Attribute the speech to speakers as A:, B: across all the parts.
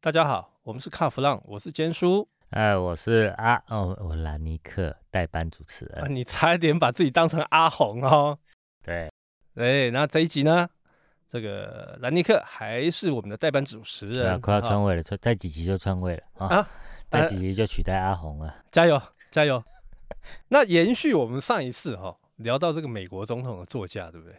A: 大家好，我们是卡弗浪，我是坚叔。
B: 哎，我是阿哦，我兰尼克代班主持人。
A: 啊，你差点把自己当成阿红哦。
B: 对，
A: 哎，那这一集呢，这个兰尼克还是我们的代班主持
B: 那
A: 人，啊
B: 快要
A: 好
B: 篡位了，再再几集就篡位了啊！
A: 啊
B: 再
A: 呃
B: 几集就取代阿红了。
A: 加油加油。那延续我们上一次哈、聊到这个美国总统的座驾，对不对？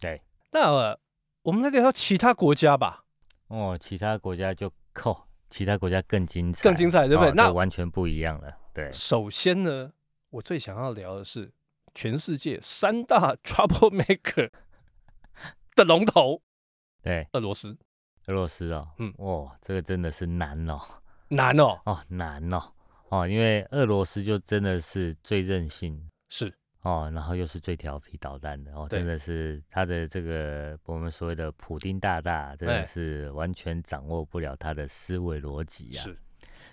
B: 对。
A: 那、呃我们来聊聊其他国家吧。
B: 哦，其他国家就扣，其他国家更精彩，
A: 更精彩对不对
B: 哦
A: 那
B: 就完全不一样了。对，
A: 首先呢，我最想要聊的是全世界三大 trouble maker 的龙头
B: 对，
A: 俄罗斯，
B: 俄罗斯哦，
A: 嗯
B: 哦，这个真的是难哦，
A: 难哦，
B: 哦，难哦，哦，因为俄罗斯就真的是最任性，
A: 是
B: 哦，然后又是最调皮捣蛋的哦，
A: 对
B: 真的是他的这个我们所谓的普丁大大，真
A: 哎
B: 的是完全掌握不了他的思维逻辑啊。
A: 是，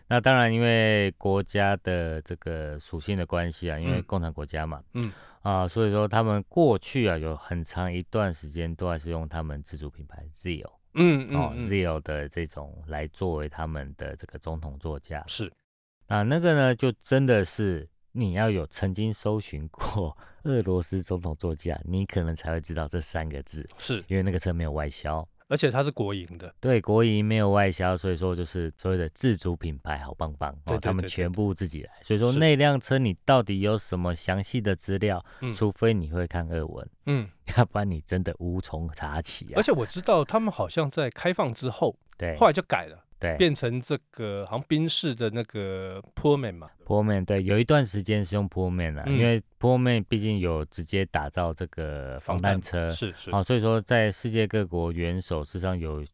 B: 那当然，因为国家的这个属性的关系啊，因为
A: 嗯
B: 共产国家嘛，
A: 嗯
B: 啊，所以说他们过去啊有很长一段时间都还是用他们自主品牌 Zio
A: 嗯
B: 哦、
A: 嗯嗯，
B: Zio 的这种来作为他们的这个总统座驾。
A: 是
B: 啊，那个呢，就真的是你要有曾经搜寻过 俄罗斯总统座驾，你可能才会知道这三个字，
A: 是，
B: 因为那个车没有外销，
A: 而且它是国营的，
B: 对，国营没有外销，所以说就是所谓的自主品牌好棒棒
A: 对
B: 哦，他
A: 对
B: 们
A: 对对
B: 全
A: 对
B: 部自己来，所以说
A: 是
B: 那辆车你到底有什么详细的资料，
A: 嗯
B: 除非你会看俄文，
A: 嗯，
B: 要不然你真的无从查起啊。
A: 而且我知道他们好像在开放之后，
B: 对
A: 后来就改了，
B: 对，
A: 变成这个好像宾士的那个 Pullman 嘛，
B: 坡面对，有一段时间是用坡面的，
A: 嗯
B: 因为坡面毕竟有直接打造这个呃防弹车，哦
A: 是是，
B: 好、所以说在世界各国元首事实上有，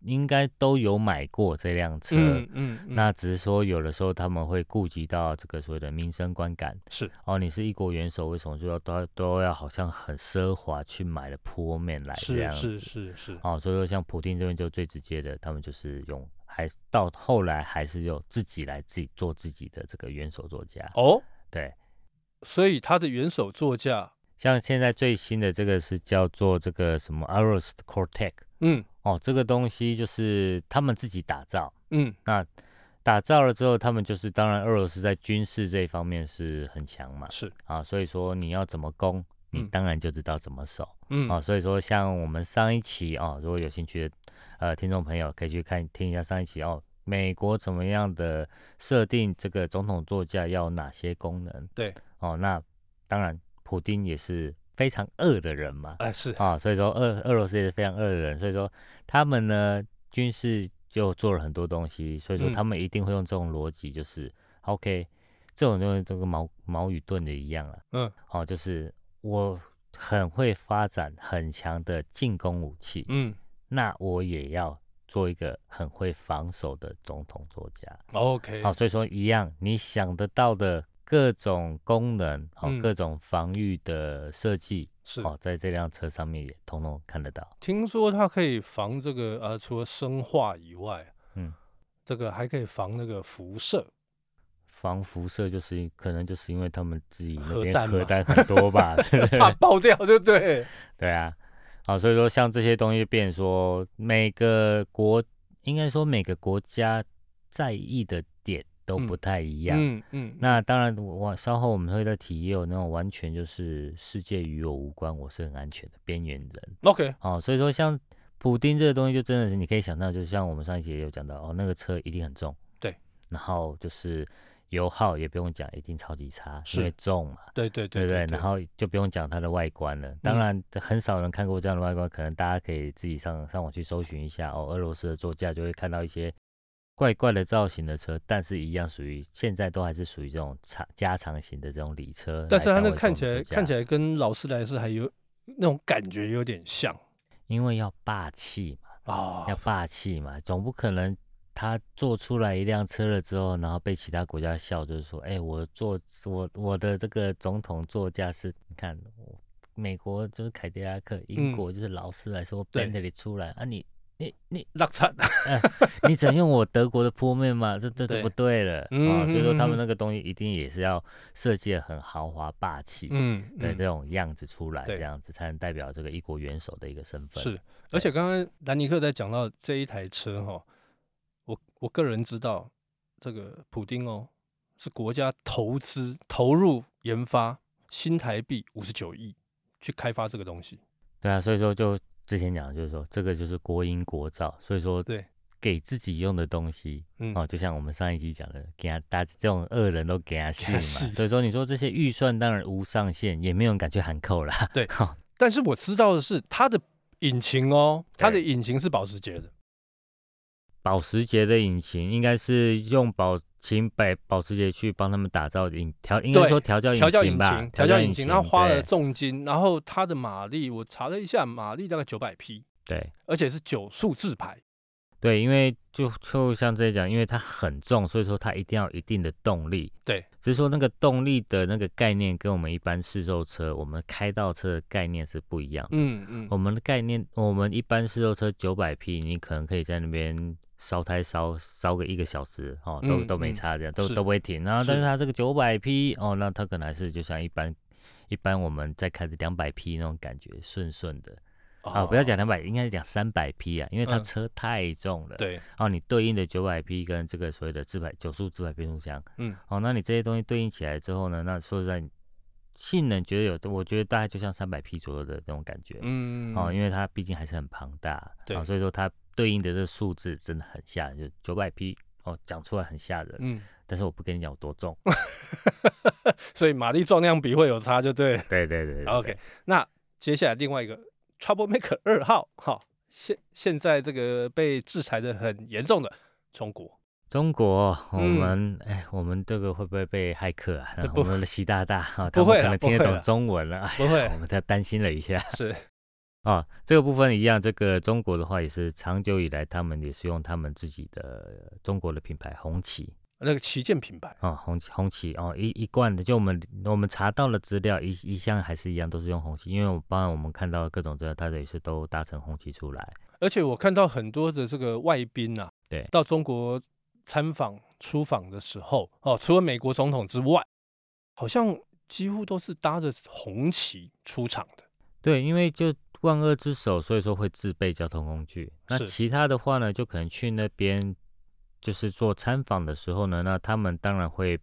B: 应该都有买过这辆车。
A: 嗯嗯，嗯
B: 那只是说，有的时候他们会顾及到这个所谓的民生观感
A: 是
B: 哦。你是一国元首，为什么就要都要都要好像很奢华去买了坡面来这
A: 是
B: 样子？
A: 是是是，
B: 哦，所以说像普丁这边就最直接的，他们就是用还是到后来还是用自己来自己做自己的这个元首座驾。
A: 哦，
B: 对，
A: 所以它的元首座驾，
B: 像现在最新的这个是叫做这个什么 Aros Cortec，
A: 嗯
B: 哦，这个东西就是他们自己打造，
A: 嗯
B: 打造了之后，他们就是当然俄罗斯在军事这一方面是很强嘛，
A: 是，
B: 啊，所以说你要怎么攻，你
A: 嗯
B: 当然就知道怎么守、
A: 嗯
B: 啊。所以说像我们上一期哦，如果有兴趣的呃听众朋友可以去看听一下上一期哦，美国怎么样的设定这个总统座驾要有哪些功能
A: 对，
B: 哦，那当然普丁也是非常恶的人嘛，
A: 哎是，
B: 啊，所以说俄俄罗斯也是非常恶的人，所以说他们呢军事就做了很多东西，所以说
A: 嗯
B: 他们一定会用这种逻辑，就是、OK，这种东西都跟矛矛与盾的一样了，
A: 嗯
B: 哦、就是我很会发展很强的进攻武器，
A: 嗯
B: 那我也要做一个很会防守的总统作家，
A: ，OK，
B: 好、所以说一样，你想得到的各种功能，好、
A: 嗯
B: 各种防御的设计。
A: 是，
B: 哦，在这辆车上面也通通看得到。
A: 听说它可以防这个呃，除了生化以外，
B: 嗯，
A: 这个还可以防那个辐射，
B: 防辐射就是可能就是因为他们自己那
A: 核
B: 边
A: 弹
B: 核
A: 嘛
B: 弹很多吧，
A: 怕爆掉，对不对？
B: 对啊，好，所以说像这些东西，变成说每个国应该说每个国家在意的点都
A: 嗯
B: 不太一样。
A: 嗯嗯，
B: 那当然，我稍后我们会再提，也有那种完全就是世界与我无关，我是很安全的边缘人。
A: OK，
B: 哦，所以说像普丁这个东西，就真的是你可以想到，就像我们上一集也有讲到，哦，那个车一定很重，
A: 对，
B: 然后就是油耗也不用讲，一定超级差，
A: 是
B: 因为重嘛，
A: 对对
B: 对
A: 对
B: 不对？
A: 对，
B: 然后就不用讲它的外观了。当
A: 嗯
B: 然，很少人看过这样的外观，可能大家可以自己上上网去搜寻一下哦，俄罗斯的座驾就会看到一些。怪怪的造型的车，但是一样属于现在都还是属于这种常加长型的这种礼车。
A: 但是它
B: 它
A: 那个看起来看起
B: 来，
A: 来跟劳斯莱斯还有那种感觉有点像
B: 因为要霸气嘛。
A: 啊
B: 要，霸气嘛，总不可能他做出来一辆车了之后，然后被其他国家笑，就是说，哎、我做我我的这个总统座驾是，你看，我美国就是凯迪拉克，
A: 嗯
B: 英国就是劳斯莱斯或
A: 对
B: Bentley 出来啊你，你你呃
A: 落差，
B: 你整用我德国的坡面嘛，这这就不对了啊！所以说他
A: 嗯嗯嗯
B: 们
A: 嗯
B: 那个东西一定也是要设计的很豪华霸气
A: 嗯，
B: 的
A: 嗯
B: 这种样子出来，
A: 对
B: 这样子才能代表这个一国元首的一个身份。
A: 是，而且刚刚兰尼克在讲到这一台车哈、我我个人知道，这个普丁哦，是国家投资投入研发新台币五十九亿去开发这个东西。
B: 对啊，所以说就之前讲的就是说这个就是国营国造，所以说
A: 对，
B: 给自己用的东西
A: 嗯，
B: 哦，就像我们上一集讲的，给他大这种恶人都给他信
A: 他
B: 嘛，
A: 信
B: 所以说你说这些预算当然无上限，也没有人敢去喊扣啦。 哦
A: 对但是我知道的是，它的引擎哦，它的
B: 对
A: 引擎是保时捷的。
B: 保时捷的引擎应该是用保请百保时捷去帮他们打造引调，应该
A: 对
B: 说调教
A: 调教
B: 擎
A: 引
B: 吧，
A: 擎，调教引擎，
B: 擎，
A: 然后花了
B: 对
A: 重金，然后它的马力，我查了一下，马力大概九百匹，
B: 对
A: 而且是九速自排，
B: 对，因为就就像这些讲，因为它很重，所以说它一定要有一定的动力。
A: 对，
B: 只是说那个动力的那个概念跟我们一般试售车，我们开到车的概念是不一样的。
A: 嗯嗯，
B: 我们的概念，我们一般试售车九百匹，你可能可以在那边烧胎烧烧个一个小时，哦，都、
A: 嗯
B: 都没
A: 嗯
B: 差，这样都
A: 是
B: 都不会停。然后，但
A: 是
B: 是它这个九百匹，哦，那它可能还是就像一般一般我们在开的两百匹那种感觉，顺顺的啊、不要讲
A: 哦，
B: 两百，应该是讲三百匹啊，因为它
A: 嗯
B: 车太重了。
A: 对，
B: 哦，你对应的九百匹跟这个所谓的自排九速自排变速箱，
A: 嗯，
B: 哦，那你这些东西对应起来之后呢，那说实在，性能觉得有，我觉得大概就像三百匹左右的那种感觉，
A: 嗯，
B: 哦，因为它毕竟还是很庞大，
A: 对
B: 哦，所以说它对应的这个数字真的很吓人，就九百匹，哦，讲出来很吓人，
A: 嗯，
B: 但是我不跟你讲有 多重，
A: 所以马力重量比会有差，就对了。
B: 对对对对对
A: OK，那接下来另外一个 Trouble Maker 二号，哈，现现在这个被制裁的很严重的中国，
B: 中国，我
A: 嗯呃
B: 们哎、我们这个会不会被骇客啊？
A: 不
B: 我们的习大大啊，
A: 不
B: 他
A: 会啦
B: 们可能
A: 不
B: 听
A: 会
B: 得懂
A: 啦
B: 中 文了，哎
A: 不会
B: 我们才担心了一下。
A: 是，
B: 啊，这个部分一样，这个中国的话也是长久以来，他们也是用他们自己的中国的品牌红旗
A: 那个旗舰品牌，
B: 啊、红旗红旗哦，一一贯的，就我们我们查到了资料，一一向还是一样，都是用红旗，因为我当然我们看到各种资料，它也是都搭乘红旗出来，
A: 而且我看到很多的这个外宾啊，
B: 对
A: 到中国参访出访的时候，哦，除了美国总统之外，好像几乎都是搭着红旗出场的。
B: 对，因为就万恶之首，所以说会自备交通工具。那
A: 是
B: 其他的话呢，就可能去那边就是做参访的时候呢，那他们当然会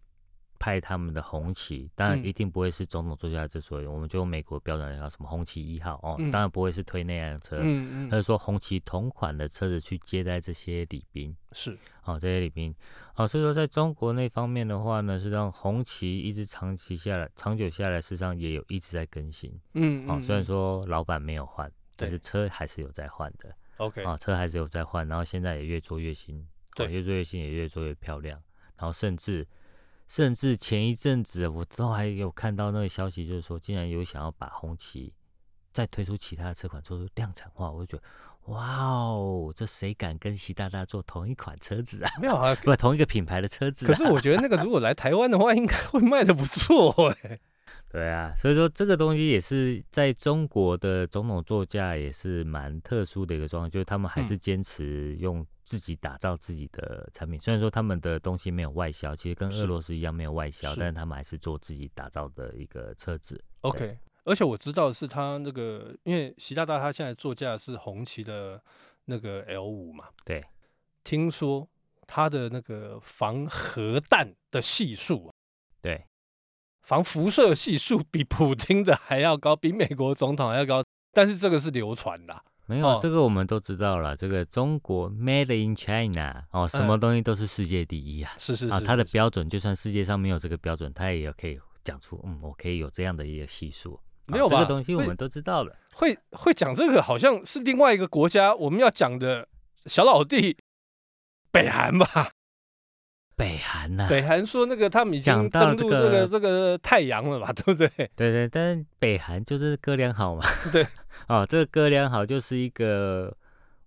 B: 派他们的红旗，当然
A: 嗯
B: 一定不会是总统坐下来之所以，我们就用美国标准来讲什么红旗一号哦，
A: 嗯
B: 当然不会是推那辆车，
A: 嗯
B: 而是说红旗同款的车子去接待这些礼宾。
A: 是，
B: 哦，这些礼宾，哦，所以说在中国那方面的话呢，是让红旗一直长期下来，长久下来，事实上也有一直在更新。
A: 嗯
B: 哦，虽
A: 嗯
B: 然说老板没有换，但
A: 对
B: 是车还是有在换的，
A: OK，
B: 啊，车还是有在换，然后现在也越做越新，哦
A: 对
B: 越做越新，也越做越漂亮，然后甚至甚至前一阵子我都还有看到那个消息，就是说竟然有想要把红旗再推出其他的车款做出量产化，我就觉得哇哦，这谁敢跟习大大做同一款车子啊？
A: 没有啊。
B: 不，同一个品牌的车子、啊。
A: 可是我觉得那个如果来台湾的话，应该会卖的不错 哎、
B: 对啊，所以说这个东西也是在中国的总统座驾也是蛮特殊的一个状况，就是他们还
A: 嗯
B: 是坚持用自己打造自己的产品。虽然说他们的东西没有外销，其实跟
A: 是
B: 俄罗斯一样没有外销，
A: 是
B: 但是他们还是做自己打造的一个车子。
A: OK，而且我知道是他那个，因为习大大他现在座驾是红旗的那个 L 五嘛，
B: 对，
A: 听说他的那个防核弹的系数啊、
B: 对，
A: 防辐射系数比普京的还要高，比美国总统还要高，但是这个是流传的啊、
B: 没有、
A: 哦
B: 这个我们都知道了。这个中国 Made in China 哦，什么
A: 嗯
B: 东西都是世界第一啊。
A: 是是是
B: 啊，它的
A: 是
B: 标准就算世界上没有这个标准，它也有可以讲出，嗯，我可以有这样的一个系数。啊
A: 没有
B: 这个
A: 吧
B: 东西我
A: 会
B: 们都知道了。
A: 会会讲这个，好像是另外一个国家我们要讲的小老弟北韩
B: 啊
A: 吧？
B: 北韩呐、
A: 北韩说那个他们已
B: 讲
A: 经
B: 到
A: 登
B: 这
A: 陆这个
B: 个
A: 这个太阳了吧，对不对？
B: 对对，但是北韩就是哥俩好嘛。
A: 对，
B: 哦，这个哥俩好就是一个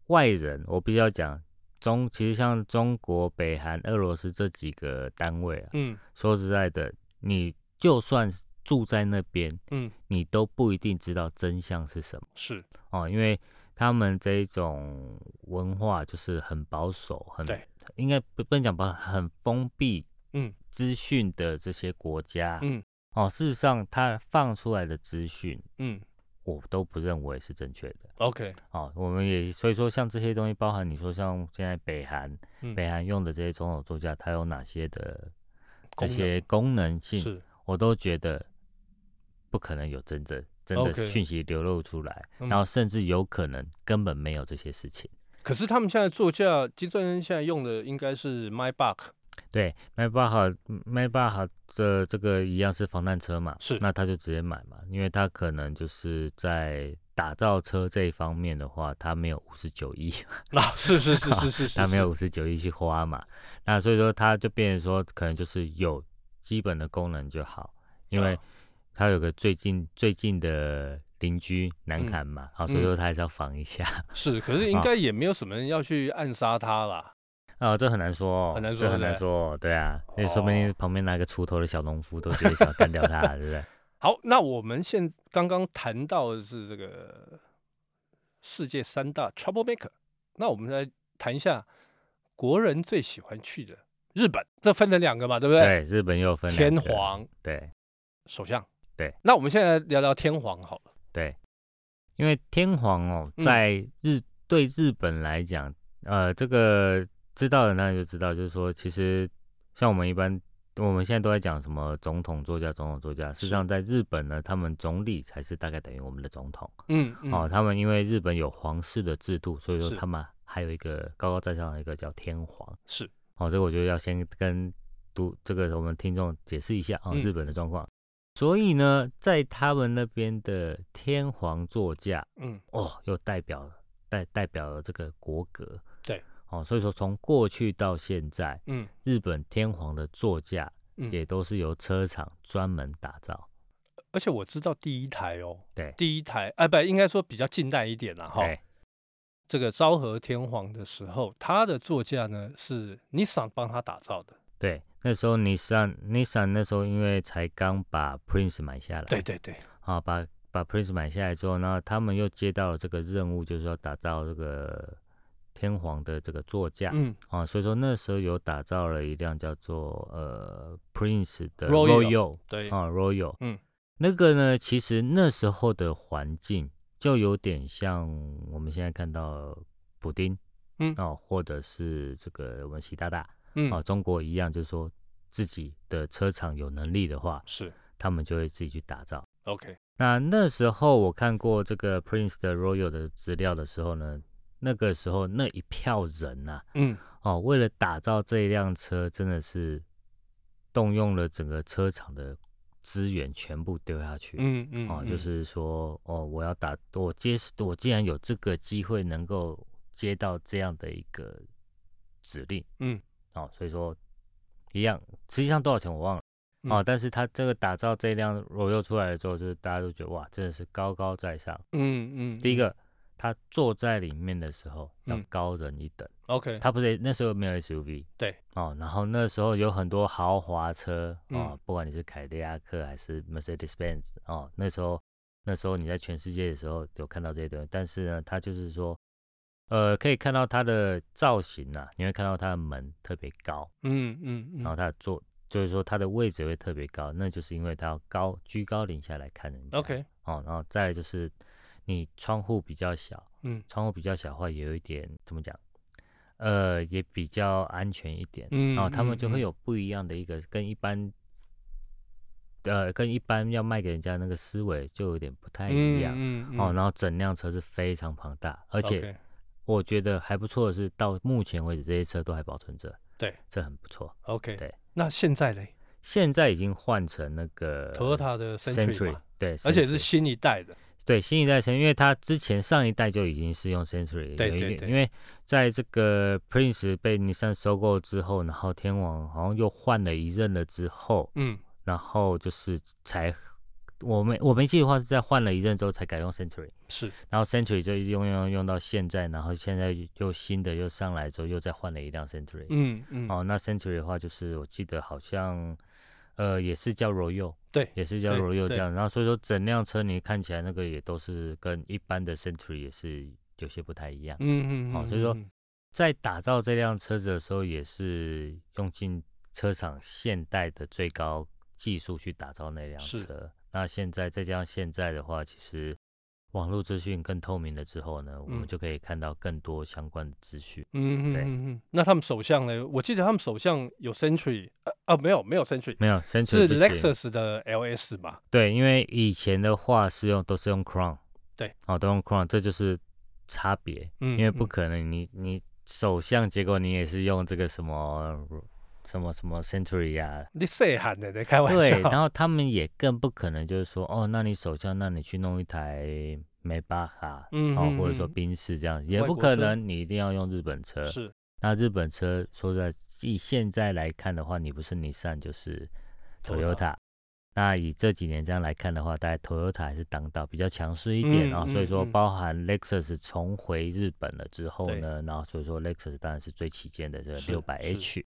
B: 外人，我必须要讲中，其实像中国、北韩、俄罗斯这几个单位啊，
A: 嗯
B: 说实在的，你就算是住在那边，
A: 嗯，
B: 你都不一定知道真相是什么。
A: 是
B: 哦，因为他们这一种文化就是很保守，很
A: 对
B: 应该不不能讲吧，很封闭，
A: 嗯，
B: 资讯的这些国家，啊
A: 嗯
B: 哦，事实上他放出来的资讯，
A: 嗯
B: 我都不认为是正确的。
A: OK，
B: 哦，我们也所以说，像这些东西，包含你说像现在北韩，
A: 嗯
B: 北韩用的这些总统座驾，它有哪些的这
A: 功能
B: 些功能性，
A: 是
B: 我都觉得不可能有真正真的
A: OK
B: 讯息流露出来
A: 嗯
B: 然后甚至有可能根本没有这些事情。
A: 可是他们现在座驾，金正恩现在用的应该是 My Buck，
B: 对，迈巴哈迈巴哈的这个一样是防弹车嘛，
A: 是
B: 那他就直接买嘛，因为他可能就是在打造车这一方面的话，他没有五十九亿，
A: 那、啊是是是是 是是，
B: 他没有
A: 是
B: 五十九亿去花嘛，那所以说他就变成说，可能就是有基本的功能就好，因为
A: 啊
B: 他有个最近最近的邻居南
A: 嗯
B: 韩嘛，好、所以
A: 嗯
B: 说他还是要防 一下，
A: 是，可
B: 啊
A: 是应该也没有什么人要去暗杀他啦。
B: 哦，这很难说、哦，
A: 很难
B: 这
A: 说
B: 很
A: 对
B: 难
A: 不对
B: 说、哦，对啊，因为说不定
A: 哦
B: 旁边拿个锄头的小农夫都直接想要干掉他，对不对？
A: 好，那我们现刚刚谈到的是这个世界三大 trouble maker，那我们来谈一下国人最喜欢去的日本，这分了两个嘛，对不对？
B: 对，日本又分两
A: 天
B: 个，
A: 皇
B: 对
A: 首相，
B: 对。
A: 那我们现在聊聊天皇好了，
B: 对，因为天皇哦，
A: 嗯
B: 在日、对日本来讲，呃，这个知道的那就知道，就是说，其实像我们一般，我们现在都在讲什么总统座驾、总统座驾，事实
A: 是
B: 上在日本呢，他们总理才是大概等于我们的总统、
A: 嗯嗯，
B: 哦，他们因为日本有皇室的制度，所以说
A: 是
B: 他们还有一个高高在上的一个叫天皇。
A: 是
B: 好、这个我觉得要先跟读这个我们听众解释一下啊、
A: 嗯
B: 日本的状况。所以呢，在他们那边的天皇座驾
A: 嗯
B: 哦，又代表了代代表了这个国格。
A: 对，
B: 哦，所以说从过去到现在，
A: 嗯
B: 日本天皇的座驾
A: 嗯，
B: 也都是由车厂专门打造。
A: 而且我知道第一台哦，
B: 对
A: 第一台，哎、不，应该说比较近代一点啦哈。
B: 对
A: 这个昭和天皇的时候，他的座驾呢是 Nissan 帮他打造的。
B: 对，那时候 Nissan Nissan 那时候因为才刚把 Prince 买下来，
A: 对对对，
B: 啊，把把 Prince 买下来之后，呢，他们又接到了这个任务，就是要打造这个天皇的这个座驾、
A: 嗯，
B: 啊，所以说那时候有打造了一辆叫做呃 Prince 的
A: Royal
B: Royal
A: 对，
B: 啊 Royal，
A: 嗯，
B: 那个呢，其实那时候的环境就有点像我们现在看到补丁，
A: 嗯
B: 啊，或者是这个我们习大大啊，
A: 嗯，
B: 中国一样，就是说自己的车厂有能力的话，
A: 是
B: 他们就会自己去打造。
A: OK，
B: 那那时候我看过这个 Prince 的 Royal 的资料的时候呢，那个时候那一票人呐、
A: 嗯，
B: 哦，为了打造这一辆车，真的是动用了整个车厂的资源，全部丢下去。
A: 嗯嗯，
B: 哦，
A: 嗯
B: 就是说，哦，我要打，我接，我既然有这个机会能够接到这样的一个指令，
A: 嗯，
B: 哦，所以说一样，实际上多少钱我忘了，哦，
A: 嗯
B: 但是他这个打造这辆 Royal 出来了之后，就是大家都觉得哇，真的是高高在上。
A: 嗯嗯，
B: 第一
A: 嗯
B: 个，他坐在里面的时候要
A: 嗯
B: 高人一等，
A: OK，
B: 他不是那时候没有 SUV，
A: 对，
B: 哦，然后那时候有很多豪华车哦，
A: 嗯
B: 不管你是凯迪拉克还是 Mercedes Benz 哦，那时候那时候你在全世界的时候有看到这些东西，但是呢，它就是说，呃，可以看到它的造型啊，你会看到它的门特别高，
A: 嗯嗯
B: 然后
A: 嗯
B: 它的座就是说它的位置会特别高，那就是因为它要高居高临下来看人家
A: ，OK，
B: 哦，然后再来就是你窗户比较小，
A: 嗯
B: 窗户比较小的话，也有一点怎么讲，呃，也比较安全一点。
A: 嗯
B: 然后他们
A: 嗯
B: 就会
A: 嗯
B: 有不一样的一个跟一般，呃，跟一般要卖给人家那个思维就有点不太一样。
A: 嗯嗯
B: 哦，
A: 嗯
B: 然后整辆车是非常庞大，而且
A: OK
B: 我觉得还不错的是，到目前为止这些车都还保存着，
A: 对，
B: 这很不错。
A: OK，
B: 对，
A: 那现在嘞
B: 现在已经换成那个
A: Toyota 的 Century，嘛
B: 对，
A: 而且是
B: 呃 Century
A: 新一代的，
B: 对新一代车，因为它之前上一代就已经是用 Century，
A: 对
B: 有一
A: 对
B: 点
A: 对
B: 因为在这个 Prince 被尼桑收购之后，然后天王好像又换了一任了之后，
A: 嗯
B: 然后就是才我没我没记的话是在换了一任之后才改用 Century，
A: 是
B: 然后 Century 就一直用用用到现在，然后现在又新的又上来之后又再换了一辆 Century，、
A: 嗯嗯
B: 哦，那 Century 的话，就是我记得好像，呃，也是叫 Royal，
A: 对
B: 也是叫
A: 对
B: Royal 这
A: 对
B: 样。然后所以说整辆车你看起来那个也都是跟一般的 Century 也是有些不太一样。
A: 嗯嗯，嗯
B: 好哦所以说
A: 嗯
B: 在打造这辆车子的时候，也是用尽车厂现代的最高技术去打造那辆
A: 是
B: 车。那现在再加上现在的话，其实网络资讯更透明了之后呢，我
A: 嗯
B: 们就可以看到更多相关的资讯。
A: 嗯，
B: 对
A: 嗯嗯那他们首相呢？我记得他们首相有 Century，啊啊，没有没有 Century，
B: 没有，先
A: 是
B: 不行
A: Lexus 的 LS 嘛？
B: 对，因为以前的话是用都是用 Crown，
A: 对，
B: 哦，都用 Crown，这就是差别，
A: 嗯，
B: 因为不
A: 嗯
B: 可能你你首相，结果你也是用这个什么什么什么 Century 啊，
A: 你谁喊的？在开玩
B: 对，然
A: 笑。
B: 后他们也更不可能就是说，哦，那你首相，那你去弄一台梅巴哈，
A: 嗯
B: 哦
A: 哼，
B: 或者说
A: 嗯
B: 宾士这样，也
A: 外
B: 不
A: 国
B: 可
A: 车
B: 能，你一定要用日本车。
A: 是
B: 那日本车说实在，以现在来看的话，你不是尼桑就是
A: Toyota
B: Toyota。那以这几年这样来看的话，大概 Toyota 还是当道比较强势一点啊、
A: 嗯
B: 所以
A: 嗯
B: 说，
A: 嗯
B: 包含 Lexus 重回日本了之后
A: 对
B: 呢，然后所以说 Lexus 当然是最旗舰的这个
A: 是
B: 六百 H。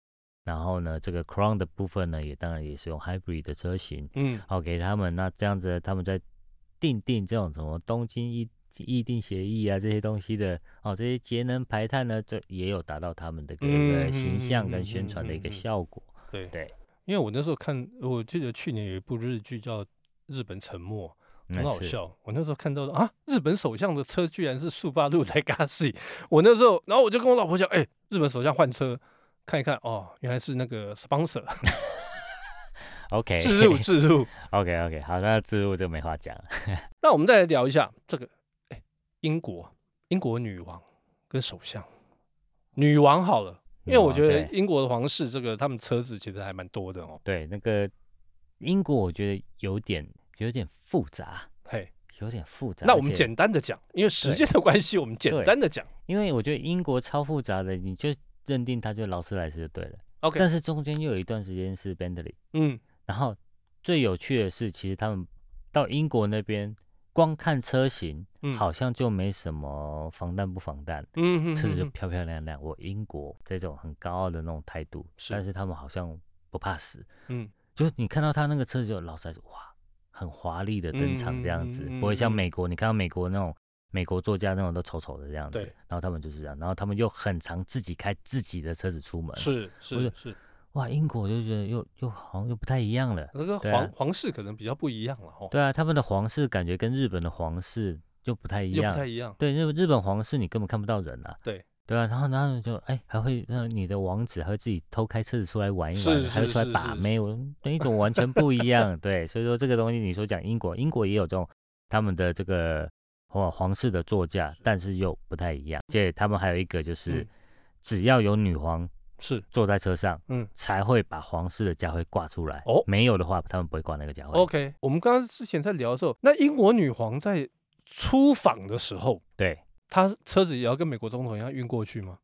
B: 然后呢，这个 Crown 的部分呢，也当然也是用 Hybrid 的车型，
A: 嗯，
B: 哦，给他们。那这样子，他们在订定这种什么东京议议定协议啊这些东西的，哦，这些节能排碳呢，这也有达到他们的一个一个
A: 嗯
B: 形
A: 嗯
B: 象
A: 嗯
B: 跟
A: 嗯
B: 宣
A: 嗯
B: 传的一
A: 嗯
B: 个
A: 嗯
B: 效果。
A: 对
B: 对，
A: 因为我那时候看，我记得去年有一部日剧叫《日本沉没》，很
B: 那
A: 好
B: 是。
A: 笑。我那时候看到啊，日本首相的车居然是速八路来 g a s 我那时候，然后我就跟我老婆讲，哎、日本首相换车，看一看，哦，原来是那个 sponsor
B: ，OK，
A: 置入置入。
B: ，OK OK，好，那自入就没话讲了。
A: 那我们再来聊一下这个，哎、英国英国女王跟首相，女王好了， 因为我觉得
B: 嗯哦对
A: 英国的皇室这个他们车子其实还蛮多的哦，
B: 对那个英国，我觉得有点有点复杂，
A: 嘿，
B: 有点复杂。
A: 那
B: 而
A: 我们
B: 且
A: 简单的讲，因为时间的关系，我们简
B: 对
A: 单的讲
B: 因为我觉得英国超复杂的，你就认定它就是劳斯莱斯就对了。
A: ，OK，
B: 但是中间又有一段时间是 Bentley，
A: 嗯，
B: 然后最有趣的是，其实他们到英国那边光看车型，
A: 嗯
B: 好像就没什么防弹不防弹，
A: 嗯哼
B: 车子
A: 哼
B: 就
A: 哼
B: 漂漂亮亮。我英国这种很高傲的那种态度，
A: 是
B: 但是他们好像不怕死，
A: 嗯，
B: 就是你看到他那个车子就老实来说，哇，很华丽的登场这样子，
A: 嗯嗯嗯嗯
B: 不会像
A: 嗯
B: 美国，你看到美国那种美国座驾那种都丑丑的这样子
A: 对，
B: 然后他们就是这样，然后他们又很常自己开自己的车子出门，
A: 是是
B: 是
A: 是，
B: 哇，英国我就觉得又又好像又不太一样了。
A: 那个
B: 对
A: 皇、
B: 啊
A: 皇室可能比较不一样了哦，
B: 对啊，他们的皇室感觉跟日本的皇室就不太一
A: 又
B: 样。
A: 不太一样，
B: 对，日日本皇室你根本看不到人啊。
A: 对。
B: 对啊，然后然后就哎，还会让你的王子还会自己偷开车子出来玩一玩，
A: 是
B: 还会
A: 是
B: 出来
A: 是
B: 把
A: 是
B: 妹， 我那一种完全不一样。对，所以说这个东西你说讲英国，英国也有这种他们的这个皇皇室的座驾，但是又不太一样。而且他们还有一个就是，
A: 嗯
B: 只要有女皇
A: 是
B: 坐在车上，
A: 嗯
B: 才会把皇室的家徽挂出来。
A: 哦
B: 没有的话，他们不会挂那个家徽。
A: OK。我们刚刚之前在聊的时候，那英国女皇在出访的时候，
B: 对，
A: 她车子也要跟美国总统一样运过去吗？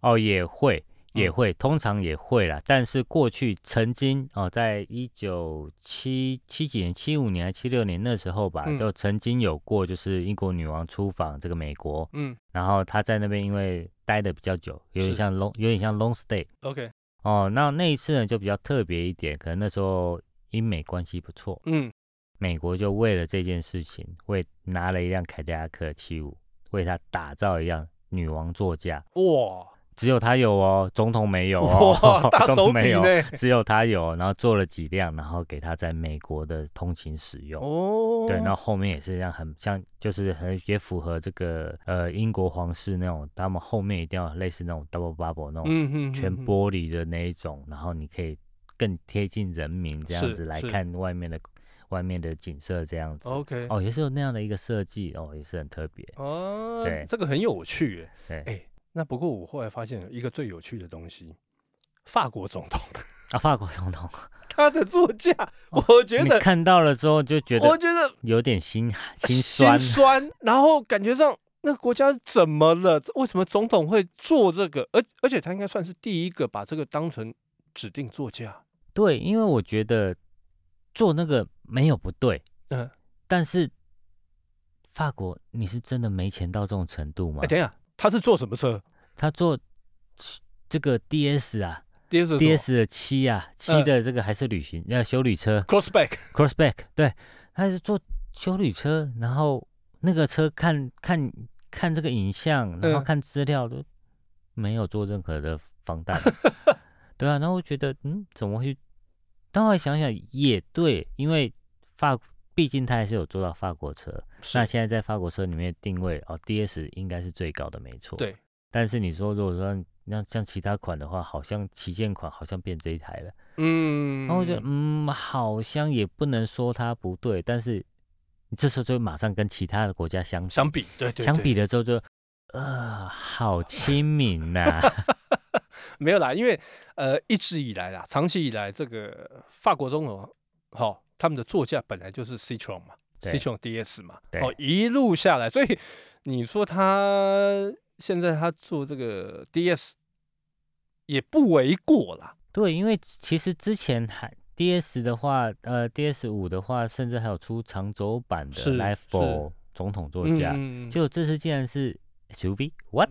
B: 哦，也会，也
A: 嗯
B: 会，通常也会啦。但是过去曾经哦，在一九七七几年、七五年还七六年那时候吧，
A: 嗯
B: 就曾经有过，就是英国女王出访这个美国，
A: 嗯
B: 然后她在那边因为待的比较久，有点
A: 是
B: 像 long，有点像 long stay。
A: ，OK，
B: 哦，那那一次呢就比较特别一点，可能那时候英美关系不错，
A: 嗯，
B: 美国就为了这件事情，为拿了一辆凯迪拉克七五，为她打造一辆女王座驾。
A: 哇
B: 只有他有哦，总统没有
A: 哇
B: 哦，，
A: 大
B: 总
A: 手
B: 统
A: 笔
B: 没有，
A: 呢？
B: 只有他有，然后做了几辆，然后给他在美国的通勤使用。
A: 哦，
B: 对，然后后面也是这样，很像，就是很也符合这个呃英国皇室那种，他们后面一定要有类似那种 double bubble 那种
A: 嗯哼，
B: 全
A: 嗯，
B: 玻璃的那一种，然后你可以更贴近人民这样
A: 是
B: 子来
A: 是
B: 看外面的外面的景色这样子。
A: 嗯 OK，
B: 哦，也是有那样的一个设计哦，也是很特别。
A: 哦
B: 对
A: 这个很有趣耶。
B: 对
A: 哎、那不过我后来发现一个最有趣的东西，法国总统
B: 啊，法国总统，
A: 他的座驾，
B: 哦
A: 我觉
B: 你
A: 得，
B: 看到了之后就觉得
A: 我觉得
B: 有点心心酸啊
A: 心。酸，然后感觉上那个国家怎么了？为什么总统会做这个？而而且他应该算是第一个把这个当成指定座驾。
B: 对，因为我觉得做那个没有不对，
A: 嗯、呃，
B: 但是法国你是真的没钱到这种程度吗
A: 哎、？等一下，他是坐什么车
B: 他做这个 DS 啊
A: ？DS 是什么
B: ，DS 的七啊，七
A: 嗯
B: 的这个还是旅行要修理车
A: Crossback，
B: crossback，对，他是做修理车，然后那个车看看看这个影像，然后
A: 嗯
B: 看资料都没有做任何的 防弹，对啊，然后我觉得嗯，怎么会去？当然想想也对，因为法毕竟它还是有做到法国车。
A: 是
B: 那现在在法国车里面定位哦，DS 应该是最高的，没错。
A: 对。
B: 但是你说如果说那像其他款的话，好像旗舰款好像变这一台了。
A: 嗯，
B: 然后我觉得，嗯，好像也不能说它不对，但是你这时候就会马上跟其他的国家相比
A: 相比，对对，
B: 相
A: 对
B: 比了之后就，呃，好亲民呐、
A: 没有啦，因为呃，一直以来啦，长期以来，这个法国总统好、齁他们的座驾本来就是 Citroen 嘛
B: 对
A: ，Citroen DS 嘛，
B: 对
A: 哦，一路下来，所以你说他现在他做这个 DS 也不为过啦，
B: 对，因为其实之前还 DS 的话，呃，DS 五的话，甚至还有出长轴版的
A: 是
B: 来
A: 是
B: 否总统座驾，
A: 嗯、
B: 结果这次竟然是 SUV，what？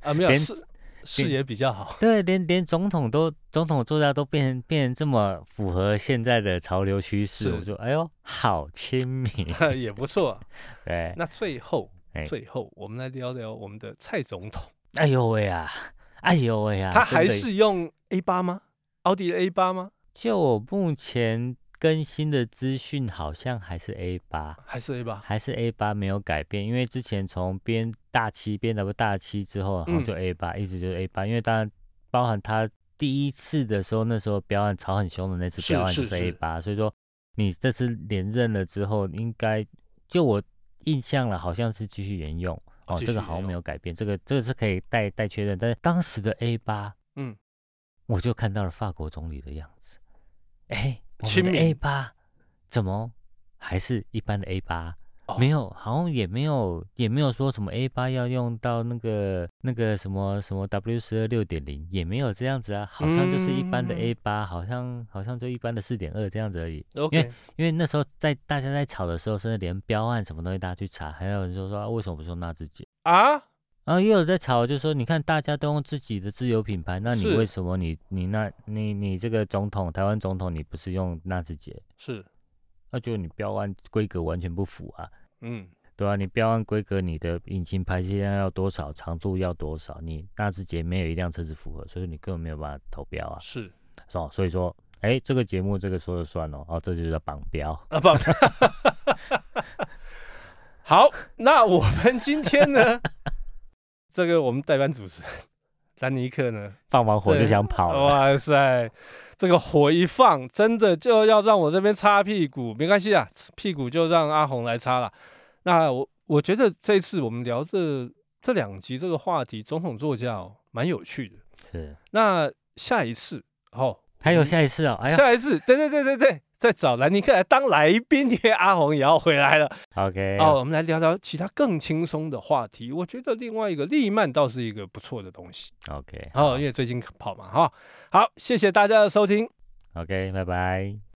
A: 啊没有
B: 连
A: 视视野比较好，
B: 对，连连总统都总统座驾都变成变成这么符合现在的潮流趋势，我
A: 是
B: 就哎呦，好亲民。
A: 也不错啊、
B: 对，
A: 那最后
B: 哎
A: 最后，我们来聊聊我们的蔡总统，
B: 哎呦喂啊，哎呦喂啊，
A: 他
B: 真
A: 还
B: 的
A: 是用 A 八吗？奥迪的 A 八吗？
B: 就我目前更新的资讯，好像还是 A 八。
A: 还是 A 八？
B: 还是 A 八没有改变，因为之前从边大七变 W 大七之后，然后
A: 嗯
B: 就 A 八、一直就是 A 八，因为当然包含他第一次的时候，那时候标案炒很凶的那次
A: 是
B: 标案就是是
A: 是
B: A 八，所以说你这次连任了之后，应该就我印象了，好像是继续沿用
A: 哦
B: 哦，
A: 继
B: 这个
A: 续
B: 好
A: 沿
B: 像
A: 用
B: 没有改变，这个这个是可以待待确认，但是当时的 A 八，
A: 嗯，
B: 我就看到了法国总理的样子，哎，我
A: 亲
B: 们的
A: 民
B: A 八怎么还是一般的 A 八？
A: 哦
B: 没有，好像也没有，也没有说什么 A 八要用到那个那个什么什么 W 十二六点零，也没有这样子啊，好像就是一般的
A: 嗯
B: A 八、好像好像就一般的四点二这样子而已。
A: OK，
B: 因为那时候在大家在吵的时候，甚至连标案什么东西大家去查，还有人就说、啊、为什么不是用纳智捷？
A: 啊，
B: 然后又有在吵，就说你看大家都用自己的自有品牌，那你
A: 是
B: 为什么你你那你你这个总统台湾总统你不是用纳智捷？
A: 是，
B: 那就你标案规格完全不符啊。
A: 嗯，
B: 对啊，你标案规格，你的引擎排气量要多少，长度要多少，你纳智捷没有一辆车子符合，所以说你根本没有办法投标啊，
A: 是
B: 是吧？所以说，哎，这个节目这个说了算哦，哦，这就叫绑标。
A: 啊，不， 好，那我们今天呢， 这个我们代班主持人兰尼克呢，
B: 放完火就
A: 对
B: 想跑了，
A: 哇塞，这个火一放，真的就要让我这边擦屁股，没关系啊，屁股就让阿红来擦了。那我我觉得这次我们聊这这两集这个话题，总统座驾哦，蛮有趣的。
B: 是，
A: 那下一次哦，
B: 还有
A: 嗯
B: 下一次哦，哎呀
A: 下一次，对对对对对，再找兰尼克来当来宾，因为阿红也要回来了。
B: ，OK，
A: 哦，我们来聊聊其他更轻松的话题。我觉得另外一个利曼倒是一个不错的东西。哦
B: ，OK，
A: 哦，因为最近跑嘛，哈、好，谢谢大家的收听。
B: ，OK，拜拜。